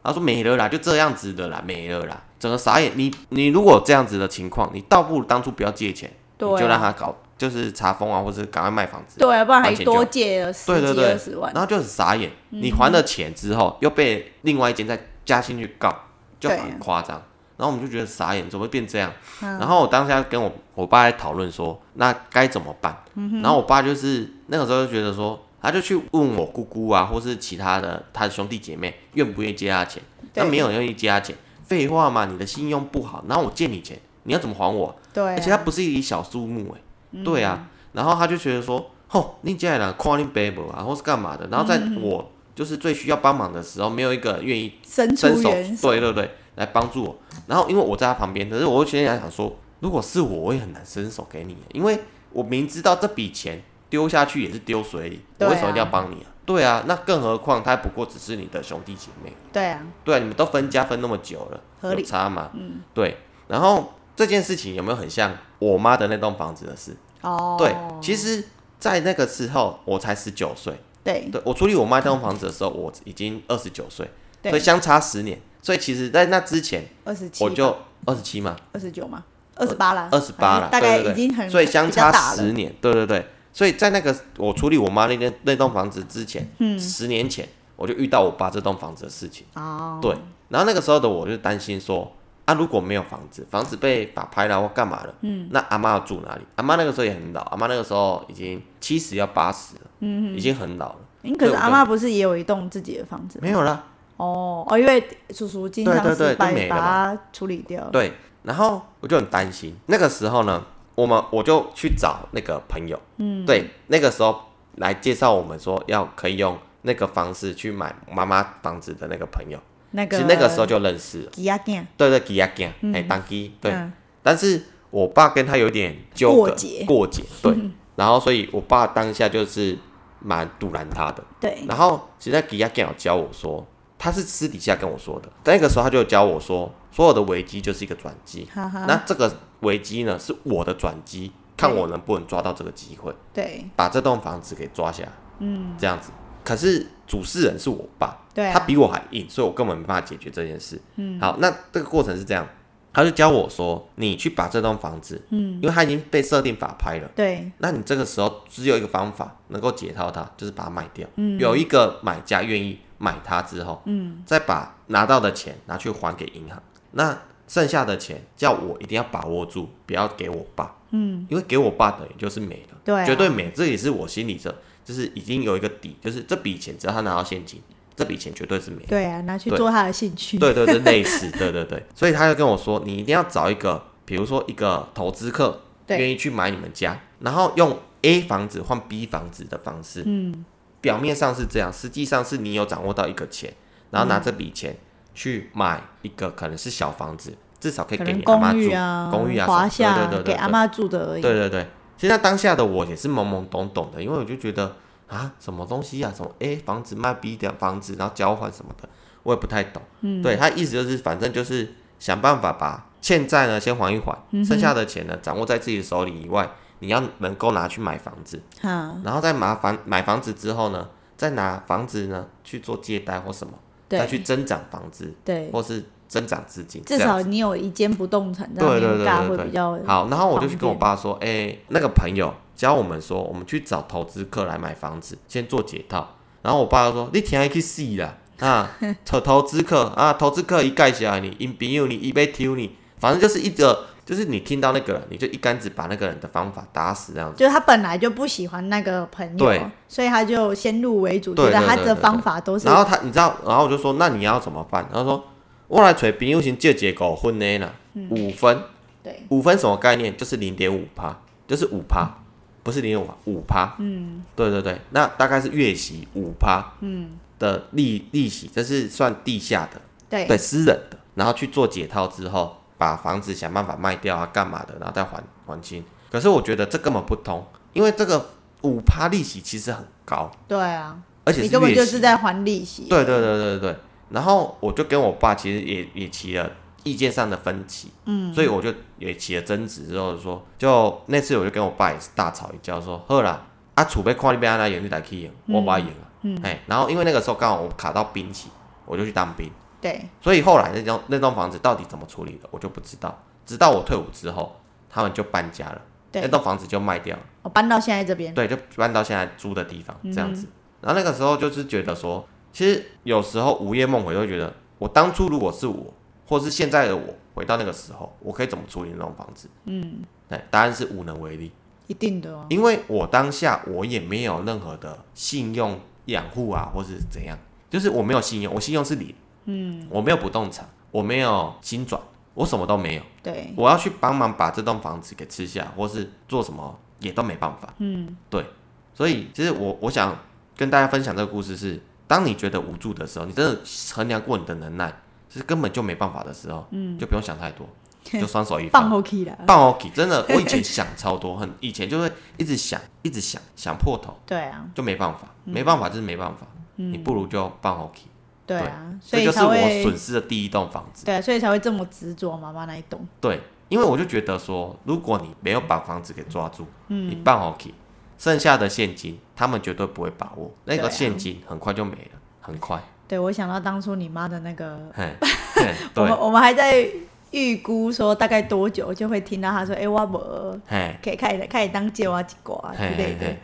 他说没了啦，就这样子的啦，没了啦，整个傻眼。你你如果有这样子的情况，你倒不如当初不要借钱，对啊你就让他搞就是查封啊，或者是赶快卖房子。对啊，不然还还钱就多借了十对对几对二十万然。后就很傻眼。嗯你还了钱之后，又被另外一间再加薪去告，就对嗯很夸张。然后我们就觉得傻眼，怎么会变这样？然后我当下跟我我爸在讨论说，那该怎么办？嗯然后我爸就是那个时候就觉得说，他就去问我姑姑啊，或是其他的他的兄弟姐妹愿不愿意借他钱。对那没有人愿意借他钱，废话嘛，你的信用不好，然后我借你钱，你要怎么还我啊、对啊，嗯而且它不是一小数目哎、对啊，然后他就觉得说，吼，你家人夸你背不啊，或是干嘛的，然后在嗯我就是最需要帮忙的时候，没有一个愿意伸伸出手援，手。对对对，来帮助我。然后因为我在他旁边，可是我现在想说，如果是我，我也很难伸手给你，啊因为我明知道这笔钱丢下去也是丢水里，我对啊为什么一定要帮你啊？对啊，那更何况他不过只是你的兄弟姐妹。对啊，对啊，你们都分家分那么久了，合理有差嘛？嗯，对。然后这件事情有没有很像我妈的那栋房子的事？哦，对，其实，在那个时候我才十九岁，对对我处理我妈那栋房子的时候，我已经二十九岁，对所以相差十年。所以其实，在那之前，二十七，我就二十七嘛，二十九嘛，二十八啦，二十八了，啊大概对对已对经很所以相比较差大了十年，对对对。所以在那个我处理我妈那间那栋房子之前，嗯，十年前我就遇到我爸这栋房子的事情。哦，对，然后那个时候的我就担心说，啊，如果没有房子，房子被法拍了或干嘛了，嗯，那阿妈要住哪里？阿妈那个时候也很老，阿妈那个时候已经七十要八十了，嗯，已经很老了。嗯，可是对我阿就妈不是也有一栋自己的房子吗？没有啦，哦哦，因为叔叔经常对对对是把就没了把它处理掉，对，然后我就很担心。那个时候呢，我们我就去找那个朋友，嗯，对，那个时候来介绍我们说要可以用那个方式去买妈妈房子的那个朋友，那其个实那个时候就认识了，吉亚店，对对，吉亚吉，哎，当吉，对，嗯但是我爸跟他有点纠葛过节过节 *laughs* 对。然后，所以我爸当下就是蛮堵拦他的。对然后，其实在吉亚健有教我说，他是私底下跟我说的。那个时候他就教我说，所有的危机就是一个转机。哈哈那这个危机呢，是我的转机，看我能不能抓到这个机会，对把这栋房子给抓下来。嗯，这样子。可是主事人是我爸，对啊他比我还硬，所以我根本没办法解决这件事。嗯，好，那这个过程是这样，他就教我说，你去把这栋房子，嗯，因为他已经被设定法拍了，对那你这个时候只有一个方法能够解套它，就是把它卖掉。嗯，有一个买家愿意买它之后，嗯，再把拿到的钱拿去还给银行，那剩下的钱叫我一定要把握住，不要给我爸。嗯，因为给我爸等于就是没了，对啊绝对没。这也是我心里这就是已经有一个底，就是这笔钱只要他拿到现金，这笔钱绝对是没有。对啊，拿去对做他的兴趣。对对对，类似，对对对。所以他就跟我说，你一定要找一个，比如说一个投资客，对愿意去买你们家，然后用 A 房子换 B 房子的方式。嗯，表面上是这样，实际上是你有掌握到一个钱，然后拿这笔钱去买一个可能是小房子，至少可以可给能你阿妈公住寓啊，公寓啊什么，华夏对对对对给对阿妈住的而已。对对对，其实在当下的我也是懵懵懂懂的，因为我就觉得啊，什么东西啊，什么 A 房子卖 B 的房子，然后交换什么的，我也不太懂。嗯，对他意思就是，反正就是想办法把欠债呢先还一还，嗯剩下的钱呢掌握在自己手里以外，你要能够拿去买房子，哈，然后再买房买房子之后呢，再拿房子呢去做借贷或什么，再去对增长房子对，或是增长资金，至这样少你有一间不动产，这对样对年对尬对会对比较好，然后我就去方跟我便爸说，哎、那个朋友教我们说，我们去找投资客来买房子，先做解套。然后我爸就说，你听去死啦，啊，投投资客啊，投资客一盖起来你，因朋友你一被丢你，反正就是一个，就是你听到那个人，你就一竿子把那个人的方法打死这样子。就是他本来就不喜欢那个朋对友，所以他就先入为主，对觉得对他对的对方对法都是然后他，你知道，然后我就说，那你要怎么办？他说，我来找朋友先借结构分的啦，五分。对五分什么概念？就是零点五趴，就是五趴，不是零点五趴，五趴。嗯，对对对，那大概是月息五趴，嗯的利利息，这是算地下的，对对私人的，然后去做解套之后，把房子想办法卖掉啊，干嘛的，然后再还还清。可是我觉得这根本不通，因为这个五趴利息其实很高，对啊，而且你是根本月就息是在还利息。对对对对对。然后我就跟我爸其实也也起了意见上的分歧，嗯，所以我就也起了争执，之后就说，就那次我就跟我爸也是大吵一架，说，好啦，啊，储备看你边那用，你来去用，我不要用啊，嗯，哎，然后因为那个时候刚好我卡到兵期，我就去当兵，对所以后来那栋那栋房子到底怎么处理的，我就不知道，直到我退伍之后，他们就搬家了，那对，栋房子就卖掉了。我搬到现在这边，哎对，就搬到现在租的地方这样子。然后那个时候就是觉得说，其实有时候午夜梦回，就会觉得我当初如果是我，或是现在的我，回到那个时候，我可以怎么处理那种房子？嗯，对，答案是无能为力，一定的哦。因为我当下我也没有任何的信用养护啊，或是怎样，就是我没有信用，我信用是零，嗯，我没有不动产，我没有新转，我什么都没有。对我要去帮忙把这栋房子给吃下，或是做什么也都没办法。嗯，对，所以其实我我想跟大家分享这个故事是，当你觉得无助的时候，你真的衡量过你的能耐，是根本就没办法的时候，嗯，就不用想太 *laughs* 多，就双手一放放。后 key 了。放 OK，真的，我以前想超多，很以前就会一直想，一直想，想破头，对啊，就没办法，没办法就是没办法，你不如就放 OK，对啊，嗯所这以就是才我会损失的第一栋房子。对啊，所以才会这么执着妈妈那一栋。对，因为我就觉得说，如果你没有把房子给抓住，嗯，你办好 k 剩下的现金他们绝对不会把握，那对个啊现金很快就没了，很 *laughs* 快，对我想到当初你妈的那个，嘿，嘿我们对，我们还在预估说大概多久就会听到她说，哎，我没嘿，可以开始开始当借我几瓜之嘿类嘿的嘿。，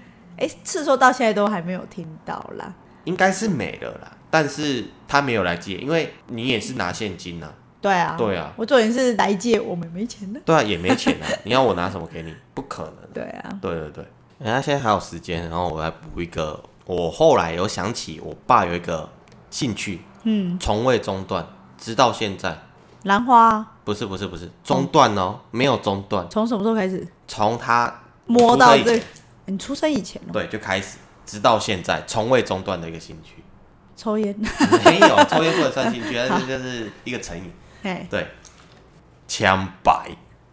哎，次数到现在都还没有听到啦。应该是没了啦，但是他没有来借，因为你也是拿现金呐、对啊，对啊我重点是来借，我们没钱呢。对啊，也没钱 *laughs* 啊，你要我拿什么给你？不可能啊、对啊，对对对，人家哎现在还有时间，然后我来补一个。我后来有想起我爸有一个兴趣，嗯，从未中断，直到现在。兰花不是不是不是中断哦，没有中断，从什么时候开始从他摸出到生这以个？你出生以前哦，对就开始，直到现在从未中断的一个兴趣。抽烟， *laughs* 没有抽烟不能算兴趣，但是就是一个成瘾。哎，对，枪白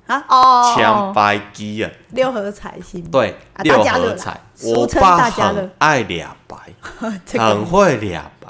啊哦，枪白鸡啊，六合彩星，对啊六大家乐合啦彩，俗我称爸大家乐很爱俩白。这很个嗯会俩白。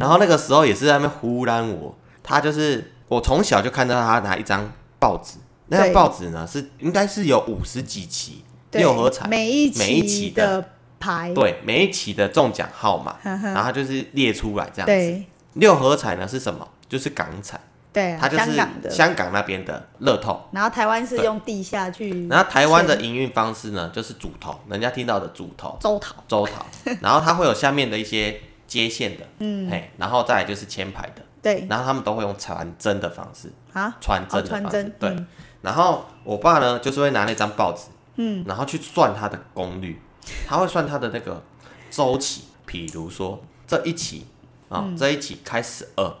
然后那个时候也是在那边胡乱我，他就是我从小就看到他拿一张报纸，那张对报纸呢是应该是有五十几期对六合彩，每一每一期的的牌，对每一期的中奖号码，呵呵然后他就是列出来这样子。对六合彩呢是什么？就是港彩，对啊，它就香是港的，香港那边的乐透。然后台湾是对用地下去，然后台湾的营运方式呢，就是主投，人家听到的主投，周讨，周讨，然后它会有下面的一些接线的，嗯，嘿，然后再来就是签牌的，对然后他们都会用传真的方式，啊，传真哦的传方式，真，对。嗯然后我爸呢，就是会拿那张报纸，嗯，然后去算它的功率，他会算它的那个周期，比如说这一期啊、嗯这一期开十二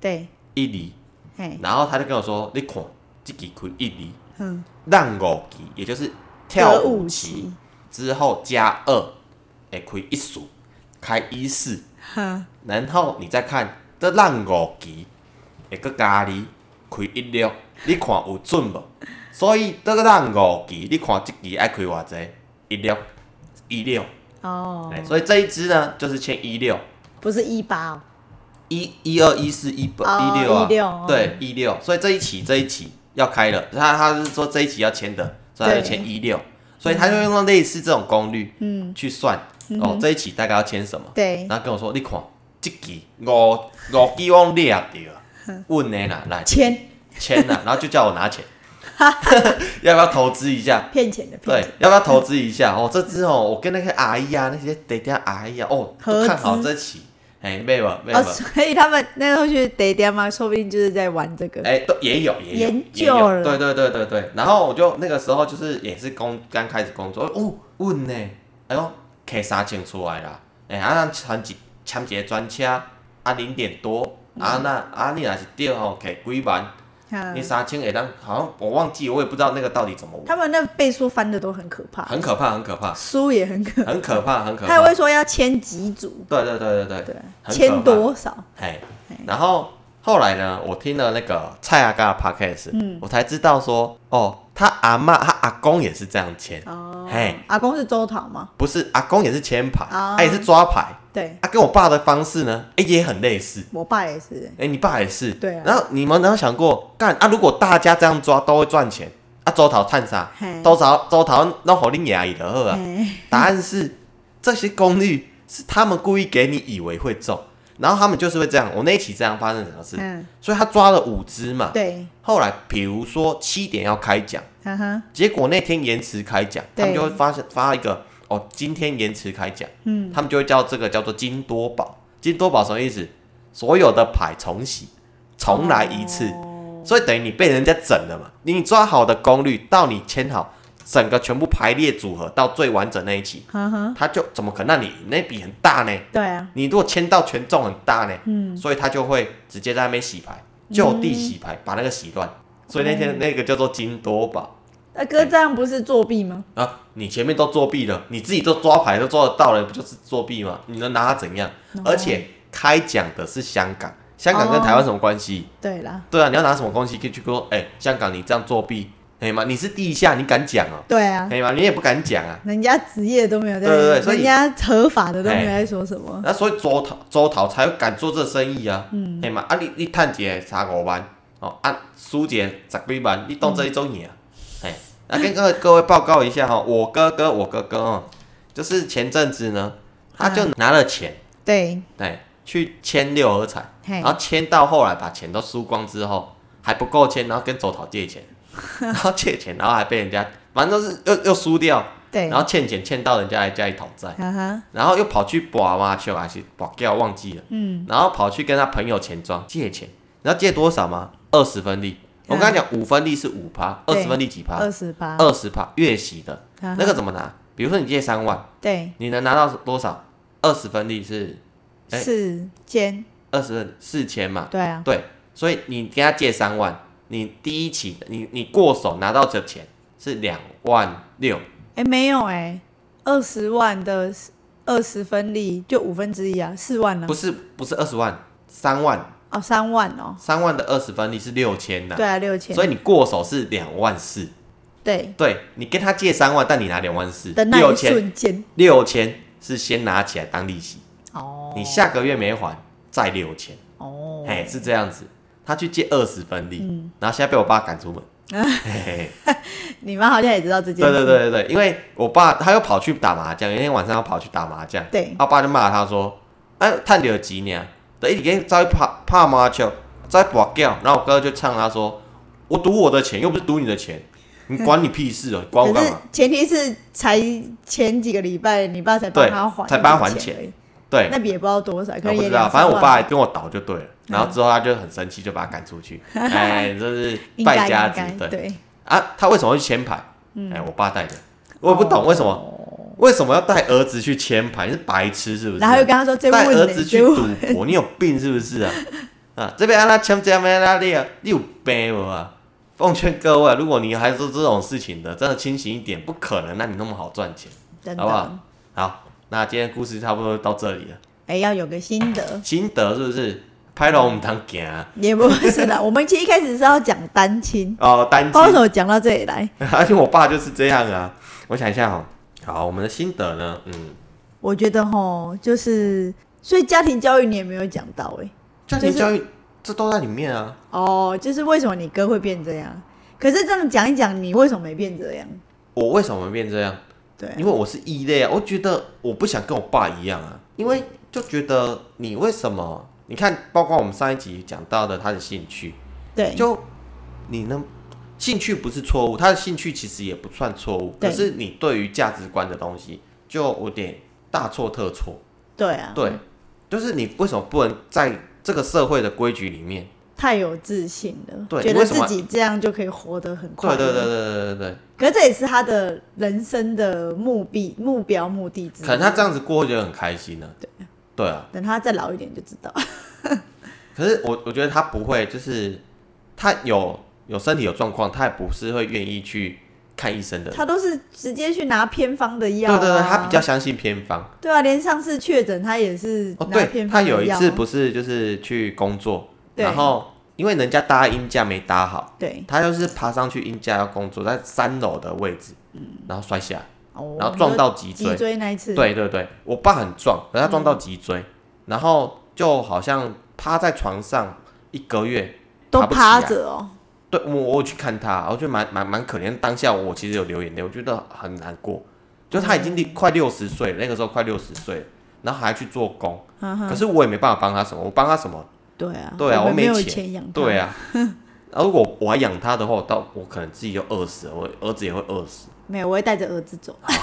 对，一厘，嘿，然后他就跟我说，你看这期开一厘，嗯，让五期，也就是跳歌舞舞期期，之后加二，哎，开一数，开一四，哈，然后你再看这浪五期，会个咖喱开一六，你看有准无？所以这个浪五期，你看这期爱开偌济？一六，一六，哦，哎，所以这一支呢就是签一六，不是一八哦，一一二一四一八哦一六啊， 16哦对一六，所以这一期这一期要开了，他他是说这一期要签的，所以他就对签一六，所以他就用到类似这种功率，嗯，去算哦这一期大概要签什么，对，然后跟我说你看这期五五期我掠掉了，问的啦，来钱签啦，然后就叫我拿钱， *laughs* 要不要投资一下？骗钱的骗对钱，，要不要投资一下？哦，这支哦，我跟那些阿姨啊，那些爹爹阿姨啊，哦，都看好合资这期，哎，妹吧，妹吧哦，， *laughs* 所以他们那时候去得点嘛，说不定就是在玩这个，哎、都也有，也有研也究有了对对对对对。然后我就那个时候就是也是工刚开始工作，哦，问呢，哎呦，开三千出来啦，哎、啊，咱签一签一个专车，啊零点多，嗯啊那啊你若是对吼，开几万，哈你三千会当好像我忘记，我也不知道那个到底怎么玩，他们那倍数翻的都很可怕，很可怕，很可怕，输也很可怕，很可怕，很可他还怕会。说要签几组，对对对对对，很可怕签多少，哎，然后后来呢，我听了那个蔡阿嘎的 podcast，、我嗯才知道说，哦，他阿嬷他阿公也是这样签，哦嘿，阿公是周桃嘛，不是阿公也是签牌，他、哦也是抓牌，啊对他、跟我爸的方式呢，哎、也很类似，我爸也是，哎、你爸也是，对啊然后你们有没有想过，干啊，如果大家这样抓都会赚钱，啊，周桃探啥嘿，周桃周桃弄好你牙医的好啊，哎，答案是这些功率是他们故意给你以为会中，然后他们就是会这样。我那一期这样发生什么事？嗯，所以他抓了五只嘛。对，后来比如说七点要开奖，哈哈，结果那天延迟开奖，他对们就会发现发一个哦，今天延迟开奖，嗯，他们就会叫这个叫做金多宝。金多宝什么意思？所有的牌重洗，重来一次。哦所以等于你被人家整了嘛。你抓好的功率到你签好，整个全部排列组合到最完整那一期，哈哈，他就怎么可能让你赢那笔很大呢？对啊，你如果签到权重很大呢，嗯所以他就会直接在那边洗牌，就地洗牌，把那个洗乱。所以那天那个叫做金多宝那哥这样不是作弊吗？啊，你前面都作弊了，你自己都抓牌都抓得到了，不就是作弊吗？你能拿他怎样？而且开奖的是香港，香港跟台湾什么关系？对啦，对啊，你要拿什么东西去去说？哎、香港你这样作弊，可以吗？你是地下，你敢讲哦、对啊可，以吗？你也不敢讲啊。人家职业都没有在，对对对所以人家合法的都没有哎在说什么，那所以周桃周桃才会敢做这生意啊，嗯，嘿嘛，啊你你赚一个三五万，哦啊输一个十几万，你当这一种赢啊，嘿，那跟各位各位报告一下哈、哦，我哥哥我哥哥哦，就是前阵子呢，他就拿了钱，对，对，去签六合彩，嘿然后签到后来把钱都输光之后还不够签，然后跟周桃借 *laughs* 钱，然后借钱，然后还被人家，反正都是又又输掉，对，然后啊欠钱欠到人家来家里讨债。哈哈，然后又跑去拔麻球还是拔掉忘记了，嗯，然后跑去跟他朋友钱庄借钱，你知道借多少吗？二十分利。我跟他讲，五分利是五趴，二嗯对十分利几趴？二十八，二十趴，月息的。啊哈那个怎么拿？比如说你借三万，对，你能拿到多少？二十分利是哎四间，二十四千嘛？对啊，对，所以你跟他借三万，你第一期你你过手拿到的钱是两万六，哎，没有哎，二十万的二十分利就五分之一啊，四万了不，是不是二十万，三万，哦，三万哦，三万的二十分利是六千呐。对啊，六千，所以你过手是两万四，对对你跟他借三万，但你拿两万四，的那六一千瞬间，六千是先拿起来当利息，哦，你下个月没还再六千，哦，嗯哎、是这样子。他去借二十分利，然后现在被我爸赶出 *laughs* 门。嘿嘿嘿你妈好像也知道这件对对事，对对对，因为我爸他又跑去打麻将，有一天晚上要跑去打麻将，对他爸就骂他说：“哎、探了几年，等一天再怕怕麻将，再拔掉。”然后我哥就呛他说：“我赌我的钱，又不是赌你的钱，你管你屁事哦，你管我可干是嘛？”前提是才前几个礼拜，你爸才帮对他还，才帮他还钱而已，对，那笔也不知道多少，可我能不也知道，两反正三万我爸还跟我倒就对嗯了。然后之后他就很生气，就把他赶出 *laughs* 去。哎，这是应该败家应子该。对对，嗯啊，他为什么会去签牌？哎，我爸带的，我也不懂为什么。哦为什么要带儿子去签牌？你是白痴是不是啊？然后又跟他说这带问儿的子去这问赌博，你有病是不是啊？ *laughs* 啊，这边让他签这边拉你啊，你有病不啊？奉劝各位，如果你还做这种事情的，真的清醒一点，不可能让你那么好赚钱，真好不好的，？好，那今天故事差不多到这里了。哎，要有个心得，心得是不是？拍了我们堂行啊也不是的。 *laughs* 我们其实一开始是要讲单亲，哦，单不知道为什亲，么讲到这里来， *laughs* 而且我爸就是这样啊。我想一下哦，好，我们的心得呢，嗯，我觉得吼，就是所以家庭教育你也没有讲到哎、家庭就是教育这都在里面啊。哦，就是为什么你哥会变这样？可是这样讲一讲，你为什么没变这样？我为什么会变这样？对啊，因为我是异类啊，我觉得我不想跟我爸一样啊，因为就觉得你为什么？你看，包括我们上一集讲到的他的兴趣，对，就你呢，兴趣不是错误，他的兴趣其实也不算错误，对可是你对于价值观的东西就有点大错特错。对啊，对，就是你为什么不能在这个社会的规矩里面？太有自信了，对觉为得什么自己这样就可以活得很快对乐。对对对对对可是这也是他的人生的目的、目标、目的之对，一。可能他这样子过会觉得很开心呢、对，对啊。等他再老一点就知道。可是我我觉得他不会，就是他有有身体有状况，他也不是会愿意去看医生的。他都是直接去拿偏方的对药、对啊。对，他比较相信偏方。对啊，连上次确诊他也是哦，拿对，偏他方的药。啊有一次不是就是去工作，对然后因为人家搭鹰架没搭好，对他就是爬上去鹰架要工作，在三楼的位置，然后摔下来，嗯哦，然后撞到脊脊椎。椎嗯那一次。对对对，我爸很壮，然后他撞到脊椎，然后就好像趴在床上一个月，都爬不起趴来着哦。对我我有去看他，我觉得蛮蛮蛮可怜。当下我其实有流眼泪，我觉得很难过。就他已经六快六十岁了，那个时候快六十岁了，然后还去做工，哈可哈，是我也没办法帮他什么，我帮他什么？嗯对啊，对啊，我我们没有钱。钱养他。对，啊，然后如果我还养他的话，我到我可能自己就饿死了，我儿子也会饿死。没有，我会带着儿子走。 *laughs*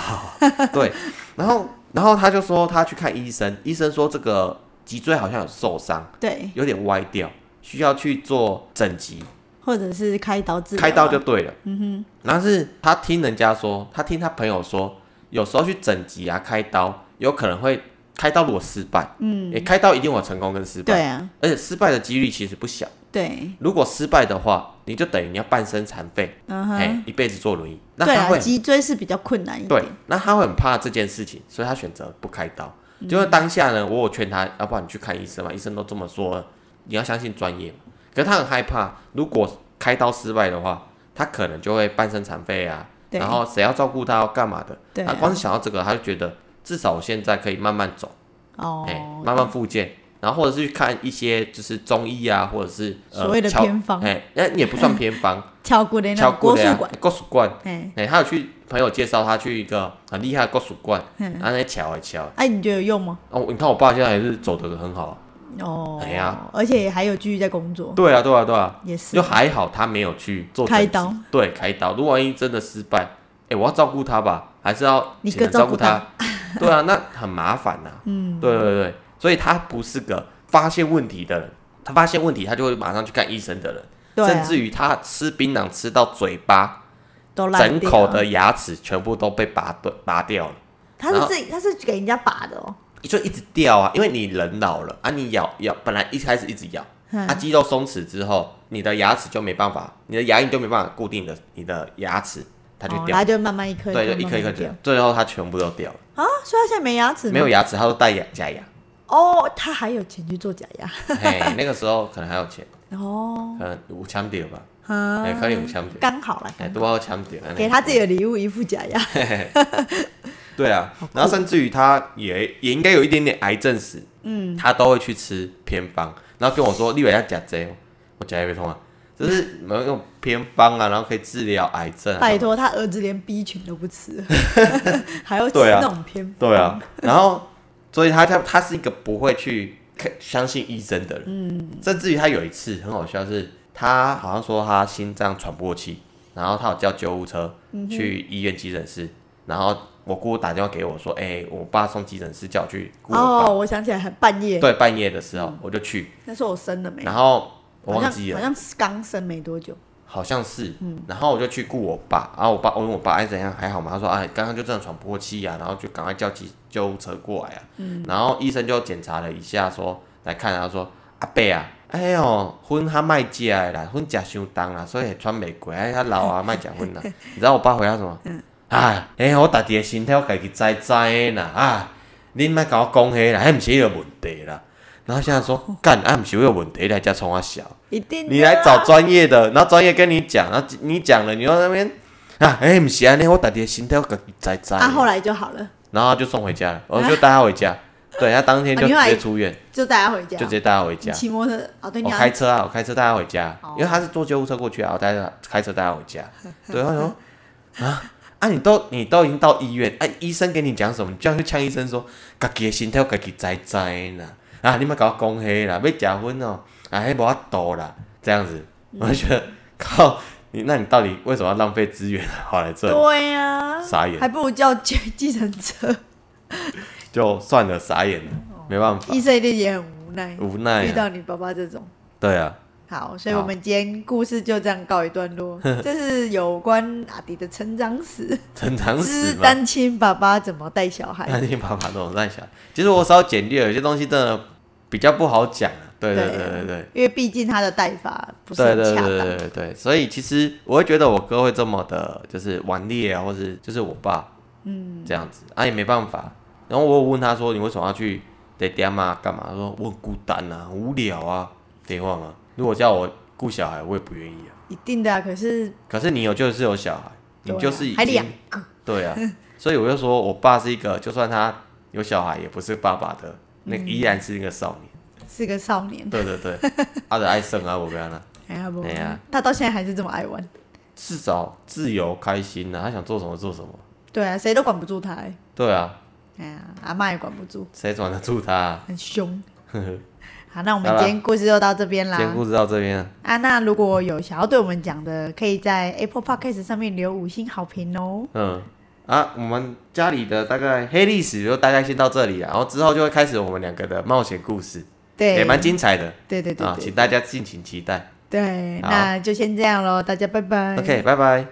对，然后然后他就说他去看医生，医生说这个脊椎好像有受伤，对，有点歪掉，需要去做整脊，或者是开刀治疗啊。开刀就对了。嗯哼。然后是他听人家说，他听他朋友说，有时候去整脊啊开刀，有可能会开刀如果失败，嗯，也开刀一定会有成功跟失败，对啊，而且失败的几率其实不小。对，如果失败的话，你就等于你要半身残废，嗯哎、哼，一辈子坐轮椅。那对他啊，会脊椎是比较困难一对点。，那他会很怕这件事情，所以他选择不开刀。嗯结果当下呢，我有劝他，啊要不然你去看医生嘛，医生都这么说了，你要相信专业嘛。可是他很害怕，如果开刀失败的话，他可能就会半身残废啊，对然后谁要照顾他要干嘛的，对他啊光是想到这个，他就觉得至少我现在可以慢慢走，哎、哦，慢慢复健。然后或者是去看一些就是中医啊，或者是、呃、所谓的敲偏方哎，那也不算偏 *laughs* 方，敲骨的那敲种骨国的术呀馆，，国术馆，哎，哎、他有去朋友介绍他去一个很厉害的国术馆，嗯然后在瞧一瞧。哎，你觉得有用吗？哦，你看我爸现在也是走得很好啊。哦，哎呀而且还有继续在工作，对啊，对啊，对啊，也是就还好他没有去做整开脊刀。对，开刀。如果万一真的失败，哎、我要照顾他吧，还是要你请哥人照照顾顾他？ *laughs* 对啊，那很麻烦 *laughs* 呐、嗯，对对对，所以他不是个发现问题的人，他发现问题他就会马上去看医生的人，对甚啊，至于他吃槟榔吃到嘴巴都烂整掉口了的，牙齿全部都被拔断拔掉了。他是然后自己，他是给人家拔的哦，就一直掉啊，因为你人老了啊，你咬咬本来一开始一直咬，嗯啊肌肉松弛之后，你的牙齿就没办法，你的牙龈就没办法固定的你的牙齿，它就哦掉，然后就慢慢一颗对，慢就一慢颗一颗掉掉，最后它全部都掉了，啊，所以他现在没牙齿吗，没有牙齿，它都戴牙假牙，哦，他还有钱去做假牙，嘿，那个时候可能还有钱，哦，可能五千掉吧，啊哎、可能五千掉，刚好了，哎，多少千掉，给他自己的礼物一副假 *laughs* 牙，对啊，然后甚至于他也也应该有一点点癌症史，嗯，他都会去吃偏方，然后跟我说立伟要假这哦，我假也没通啊，就是某种偏方啊，然后可以治疗癌症、啊，拜，托，他儿子连 B 群都不 *laughs* 吃，还要吃对啊那种偏方，对啊，然后所以他他他是一个不会去看相信医生的人，嗯，甚至于他有一次很好笑是，他好像说他心脏喘不过气，然后他有叫救护车嗯去医院急诊室，然后我姑姑打电话给我说，哎、我爸送急诊室叫我去顾我爸。哦，我想起来，很半夜，对，半夜的时候我就去，那时候我生了没？然后我嗯哎忘好像记好了，像是刚生没多久，好像是，然后我就去顾我爸，然后我爸我问我爸哎怎样还好吗？他说哎刚刚就正常喘不过气呀、然后就赶快叫急救车过来啊，然后医生就检查了一下说来看啊，他说阿伯啊，哎哟，薰较卖食的啦，薰食伤重啦，所以会喘袂过，哎较老啊卖食薰啦，你知道我爸回答什么？哎，哎、我家己的身体我家己知知的啦，啊，恁莫甲我讲迄啦，迄毋是迄个问题啦。然后现在说，干，啊，毋是迄个问题，你来遮冲我笑。一定你的来啊找专业的，然后专业跟你讲，然后你讲了，你又在那边啊，哎、不是安尼，我打的心跳个在在，啊，后来就好了，然后他就送回家了，我就带他回家，对他当天啊就你直后来接出院，就带他回家。就直接带他回家你。骑摩托车哦，对，我你要开车啊，我开车带他回家，哦因为他是坐救护车过去啊，我带他开车带他回家。对，然后说啊啊，你都你都已经到医院，哎、医生给你讲什么，你这样去呛医生说，家己的心跳家己知知啦，啊，你莫甲我讲迄啦，要食薰哦，啊，迄无法度啦，这样子，嗯我就觉得靠你，那你到底为什么要浪费资源跑来这里？对呀，傻眼还不如叫计计程 *laughs* 车。就算了，傻眼了，没办法医，哦生一定也很无奈，无奈遇啊，到你爸爸这种。对啊，好，所以好我们今天故事就这样告一段 *laughs* 落。这是有关阿迪的成长史，很常之死嘛。单亲爸爸怎么带小孩。担心爸爸这种在想，其实我稍简略，有些东西真的比较不好讲啊。对对对对对。因为毕竟他的带法不是对很对恰对当。对对对，所以其实我会觉得我哥会这么的，就是顽劣啊，或是就是我爸，嗯，这样子啊也没办法。然后我有问他说：“你为什么要去爹爹嘛干嘛？”他说：“我很孤单啊，很无聊啊，废话嘛。如果叫我顾小孩，我也不愿意啊。一定的啊，可是可是你有就是有小孩，对你啊就是已还经两个， *laughs* 对啊，所以我就说我爸是一个，就算他有小孩，也不是爸爸的，那嗯依然是一个少年。 *laughs* 是个少年。对对对，他的爱胜啊，我跟他啦，哎呀不哎呀，他到现在还是这么爱玩。至少自由开心呐、啊，他想做什么做什么。对啊，谁都管不住他、哎对啊，哎呀，阿妈也管不住，谁管得住他、啊？*laughs* 很凶。呵呵好，那我们好啦今天故事就到这边今啦。天故事到这边啊，啊，那如果有想要对我们讲的，可以在 Apple Podcast 上面留五星好评哦。嗯啊，我们家里的大概黑历史就大概先到这里啊，然后之后就会开始我们两个的冒险故事，对，也蛮精彩的对对对啊，对请大家敬请期待。对，好那就先这样喽，大家拜拜。 OK，拜拜。